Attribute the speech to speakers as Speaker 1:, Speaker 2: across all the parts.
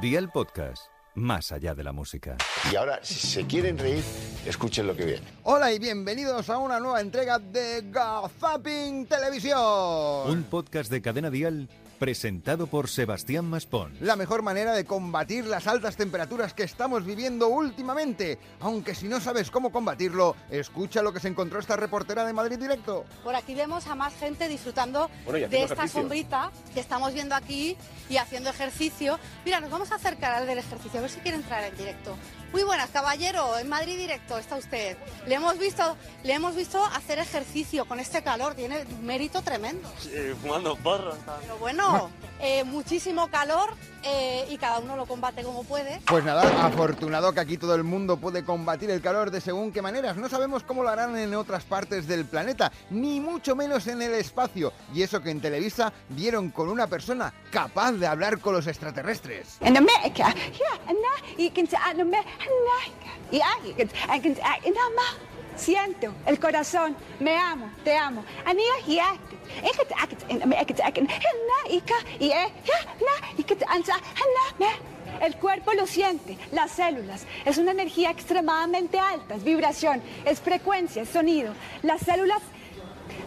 Speaker 1: Día el podcast, más allá de la música.
Speaker 2: Y ahora, si se quieren reír, escuchen lo que viene.
Speaker 3: Hola y bienvenidos a una nueva entrega de Gazaping Televisión.
Speaker 1: Un podcast de cadena dial presentado por Sebastián Maspón.
Speaker 3: La mejor manera de combatir las altas temperaturas que estamos viviendo últimamente. Aunque si no sabes cómo combatirlo, escucha lo que se encontró esta reportera de Madrid Directo.
Speaker 4: Por aquí vemos a más gente disfrutando
Speaker 5: Bueno, y
Speaker 4: de
Speaker 5: haciendo
Speaker 4: esta
Speaker 5: ejercicio.
Speaker 4: sombrita que estamos viendo aquí y haciendo ejercicio. Mira, nos vamos a acercar al del ejercicio, a ver si quiere entrar en directo. Muy buenas, caballero, en Madrid directo está usted. Le hemos visto, le hemos visto hacer ejercicio con este calor, tiene un mérito tremendo.
Speaker 6: Eh, fumando porros.
Speaker 4: Pero bueno, eh, muchísimo calor eh, y cada uno lo combate como puede.
Speaker 3: Pues nada, afortunado que aquí todo el mundo puede combatir el calor de según qué maneras. No sabemos cómo lo harán en otras partes del planeta, ni mucho menos en el espacio. Y eso que en Televisa vieron con una persona capaz de hablar con los extraterrestres.
Speaker 7: In America, yeah, and now you can say, in America, yeah, you can, I can say, in Ama- siento el corazón, me amo, te amo, and yeah, yeah, I can, I can, in America, I can, and now you can, yeah, yeah, now you can, and say, and now, me- El cuerpo lo siente, las células. Es una energía extremadamente alta, es vibración, es frecuencia, es sonido. Las células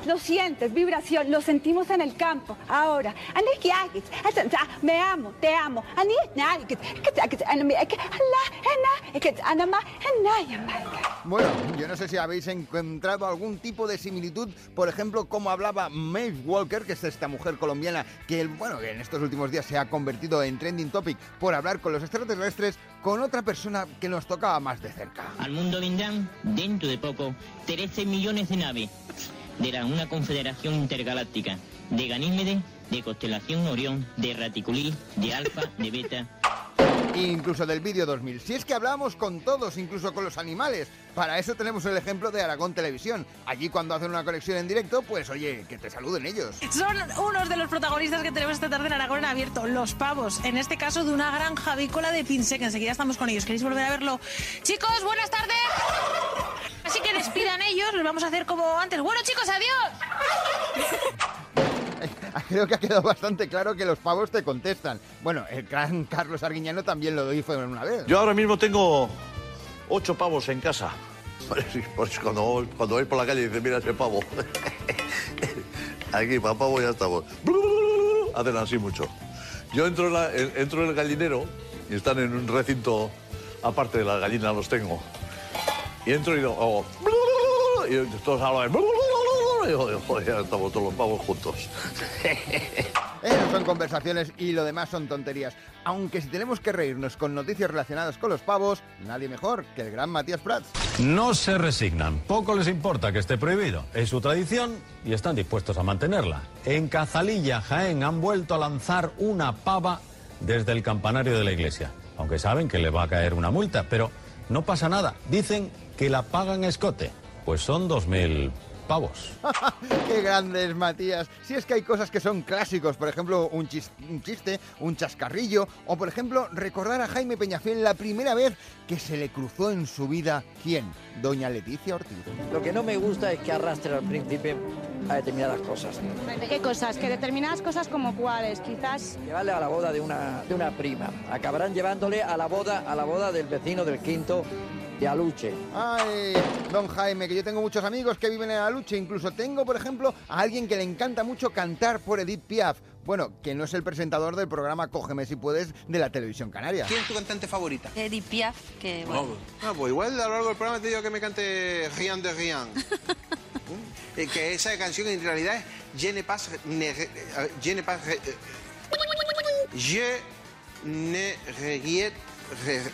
Speaker 7: lo sientes, vibración, lo sentimos en el campo, ahora. Aniquiaquis, atanta, Ah, Me amo, te amo. Aniquiaquis, quitakis, anamiaquis, ala, ena, ikits, anama, enayamaica.
Speaker 3: Bueno, yo no sé si habéis encontrado algún tipo de similitud, por ejemplo, como hablaba Maeve Walker, que es esta mujer colombiana que, bueno, que en estos últimos días se ha convertido en trending topic por hablar con los extraterrestres, con otra persona que nos tocaba más de cerca.
Speaker 8: Al mundo vendrán, dentro de poco, 13 millones de naves de la, una confederación intergaláctica, de Ganímede, de Constelación Orión, de Raticulí, de Alfa, de Beta,
Speaker 3: Incluso del vídeo 2000. Si es que hablamos con todos, incluso con los animales. Para eso tenemos el ejemplo de Aragón Televisión. Allí cuando hacen una conexión en directo, pues oye, que te saluden ellos.
Speaker 9: Son unos de los protagonistas que tenemos esta tarde en Aragón en abierto, los pavos, en este caso de una gran javícola de Pinsé, que enseguida estamos con ellos. ¿Queréis volver a verlo? Chicos, buenas tardes. Así que despidan ellos, los vamos a hacer como antes. Bueno, chicos, adiós.
Speaker 3: Creo que ha quedado bastante claro que los pavos te contestan. Bueno, el gran Carlos Arguiñano también lo hizo una vez.
Speaker 5: Yo ahora mismo tengo ocho pavos en casa.
Speaker 2: Por eso cuando, cuando vais por la calle y dices, mira ese pavo. Aquí, para pavo ya estamos. Hacen así mucho. Yo entro en, la- en- entro en el gallinero y están en un recinto, aparte de las gallinas los tengo. Y entro y digo, hago y todos hablan. Y digo, joder, ya estamos todos los pavos juntos.
Speaker 3: Esas Eh, son conversaciones y lo demás son tonterías. Aunque si tenemos que reírnos con noticias relacionadas con los pavos, nadie mejor que el gran Matías Prats.
Speaker 10: No se resignan, poco les importa que esté prohibido. Es su tradición y están dispuestos a mantenerla. En Cazalilla, Jaén, han vuelto a lanzar una pava desde el campanario de la iglesia, aunque saben que le va a caer una multa, pero no pasa nada. Dicen que la pagan escote, pues son 2.000 pavos.
Speaker 3: ¡Qué grandes, Matías! Si es que hay cosas que son clásicos, por ejemplo, un, chis- un chiste, un chascarrillo, o por ejemplo, recordar a Jaime Peñafiel la primera vez que se le cruzó en su vida, ¿quién? Doña Leticia Ortiz.
Speaker 11: Lo que no me gusta es que arrastre al príncipe a determinadas cosas.
Speaker 7: ¿Qué cosas? Que determinadas cosas como cuáles, quizás
Speaker 11: Llevarle a la boda de una, de una prima. Acabarán llevándole a la boda, a la boda del vecino del quinto de Aluche.
Speaker 3: Ay, don Jaime, que yo tengo muchos amigos que viven en la lucha. Incluso tengo, por ejemplo, a alguien que le encanta mucho cantar por Edith Piaf. Bueno, que no es el presentador del programa Cógeme si puedes de la televisión canaria.
Speaker 6: es tu cantante favorita?
Speaker 4: Edith Piaf, que
Speaker 6: Ah, pues igual a lo largo del programa te digo que me cante Rian de Rian. ¿Mm? Eh, que esa canción en realidad es Je ne passe... ne- eh, Je ne passe... eh, Je ne regrette... re-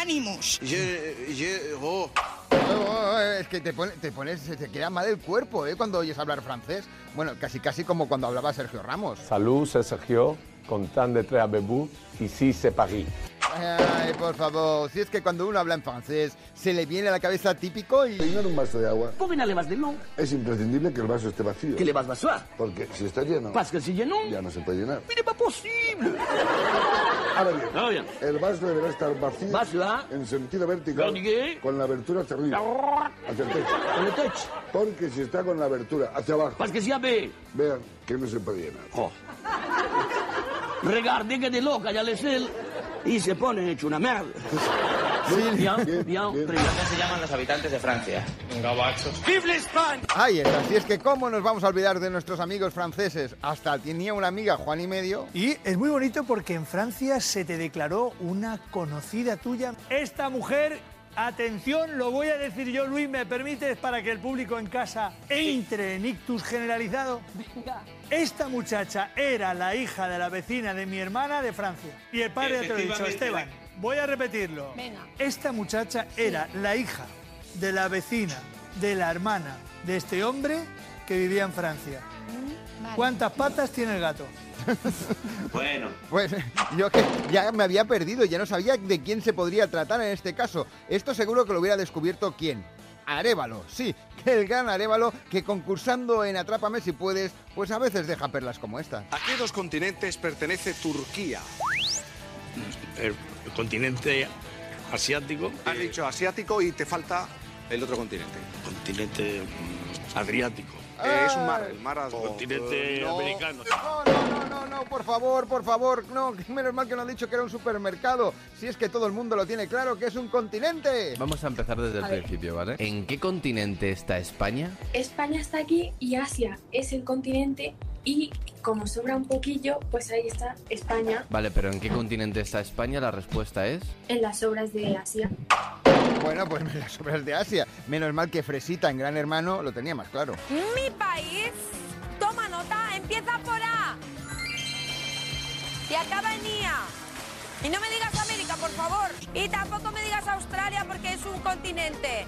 Speaker 9: Ánimos.
Speaker 12: Eh,
Speaker 6: Je... Je... oh.
Speaker 3: Oh, oh, oh, es que te, pone- te pones, se te queda mal el cuerpo, ¿eh? Cuando oyes hablar francés. Bueno, casi casi como cuando hablaba Sergio Ramos.
Speaker 10: Salud, se Sergio, contando tres a Bebú y sí, se París.
Speaker 3: Ay, por favor, si es que cuando uno habla en francés se le viene a la cabeza típico y...
Speaker 2: Llenar un vaso de agua.
Speaker 8: Póngale además de l'eau.
Speaker 2: Es imprescindible que el vaso esté vacío.
Speaker 8: ¿Qué le vas a vaciar?
Speaker 2: Porque si está lleno,
Speaker 8: Parce que si llenó,
Speaker 2: ya no se puede llenar.
Speaker 8: mire, pas posible.
Speaker 2: Ahora bien,
Speaker 8: Ahora bien.
Speaker 2: el vaso deberá estar vacío
Speaker 8: Vaciar.
Speaker 2: en sentido vertical
Speaker 8: Vertical.
Speaker 2: con la abertura hacia arriba. Hacia el techo.
Speaker 8: Con el techo.
Speaker 2: Porque si está con la abertura hacia abajo,
Speaker 8: Parce que si avait,
Speaker 2: vean que no se puede llenar.
Speaker 8: regardez que de l'eau qu'il y a laissé, y se pone hecho una mierda. bien, bien, bien.
Speaker 13: ¿Cómo se llaman los habitantes de Francia? Gabachos.
Speaker 8: ¡Vive España!
Speaker 3: Ahí está, así es que cómo nos vamos a olvidar de nuestros amigos franceses. Hasta tenía una amiga, Juan y medio.
Speaker 14: Y es muy bonito porque en Francia se te declaró una conocida tuya. Esta mujer, atención, lo voy a decir yo, Luis, ¿me permites para que el público en casa entre en ictus generalizado? Esta muchacha era la hija de la vecina de mi hermana de Francia. Y el padre ya te lo ha dicho,
Speaker 15: Efectivamente.
Speaker 14: Esteban, voy a repetirlo.
Speaker 15: Venga.
Speaker 14: Esta muchacha era la hija de la vecina, de la hermana de este hombre que vivía en Francia. ¿Cuántas patas tiene el gato?
Speaker 3: Bueno. Pues yo que ya me había perdido, ya no sabía de quién se podría tratar en este caso. Esto seguro que lo hubiera descubierto quién. Arevalo, sí, el gran Arevalo que concursando en Atrápame si puedes, pues a veces deja perlas como esta.
Speaker 10: ¿A qué dos continentes pertenece Turquía? Eh, El continente asiático.
Speaker 12: Has dicho asiático y te falta el otro continente.
Speaker 10: Continente mm, adriático.
Speaker 12: Eh, es un mar, el mar Adri-
Speaker 10: Continente
Speaker 12: No.
Speaker 10: americano.
Speaker 3: No, no, por favor, por favor, no, menos mal que no ha dicho que era un supermercado. Si es que todo el mundo lo tiene claro que es un continente.
Speaker 16: Vamos a empezar desde el
Speaker 7: A ver.
Speaker 16: principio, ¿vale? ¿En qué continente está España?
Speaker 7: España está aquí y Asia es el continente y como sobra un poquillo, pues ahí está España
Speaker 16: Vale, pero ¿en qué continente está España? La respuesta es...
Speaker 7: en las obras de Asia.
Speaker 3: Bueno, pues las obras de Asia. Menos mal que Fresita en Gran Hermano lo tenía más claro.
Speaker 4: Mi país, toma nota, empieza por A y acaba en IA. Y no me digas América, por favor. Y tampoco me digas Australia porque es un continente.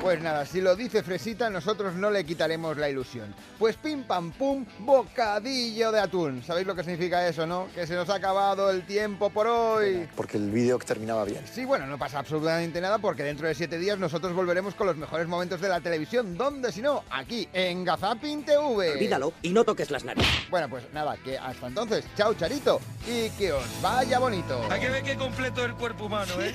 Speaker 3: Pues nada, si lo dice Fresita, nosotros no le quitaremos la ilusión. Pues pim pam pum, bocadillo de atún. ¿Sabéis lo que significa eso, no? Que se nos ha acabado el tiempo por hoy.
Speaker 17: Porque el vídeo terminaba bien.
Speaker 3: Sí, bueno, no pasa absolutamente nada porque dentro de siete días nosotros volveremos con los mejores momentos de la televisión. ¿Dónde si no? Aquí, en Gazapin TV.
Speaker 18: Olvídalo y no toques las narices.
Speaker 3: Bueno, pues nada, que hasta entonces, chao Charito y que os vaya bonito.
Speaker 14: Hay que ver qué completo el cuerpo humano, ¿eh?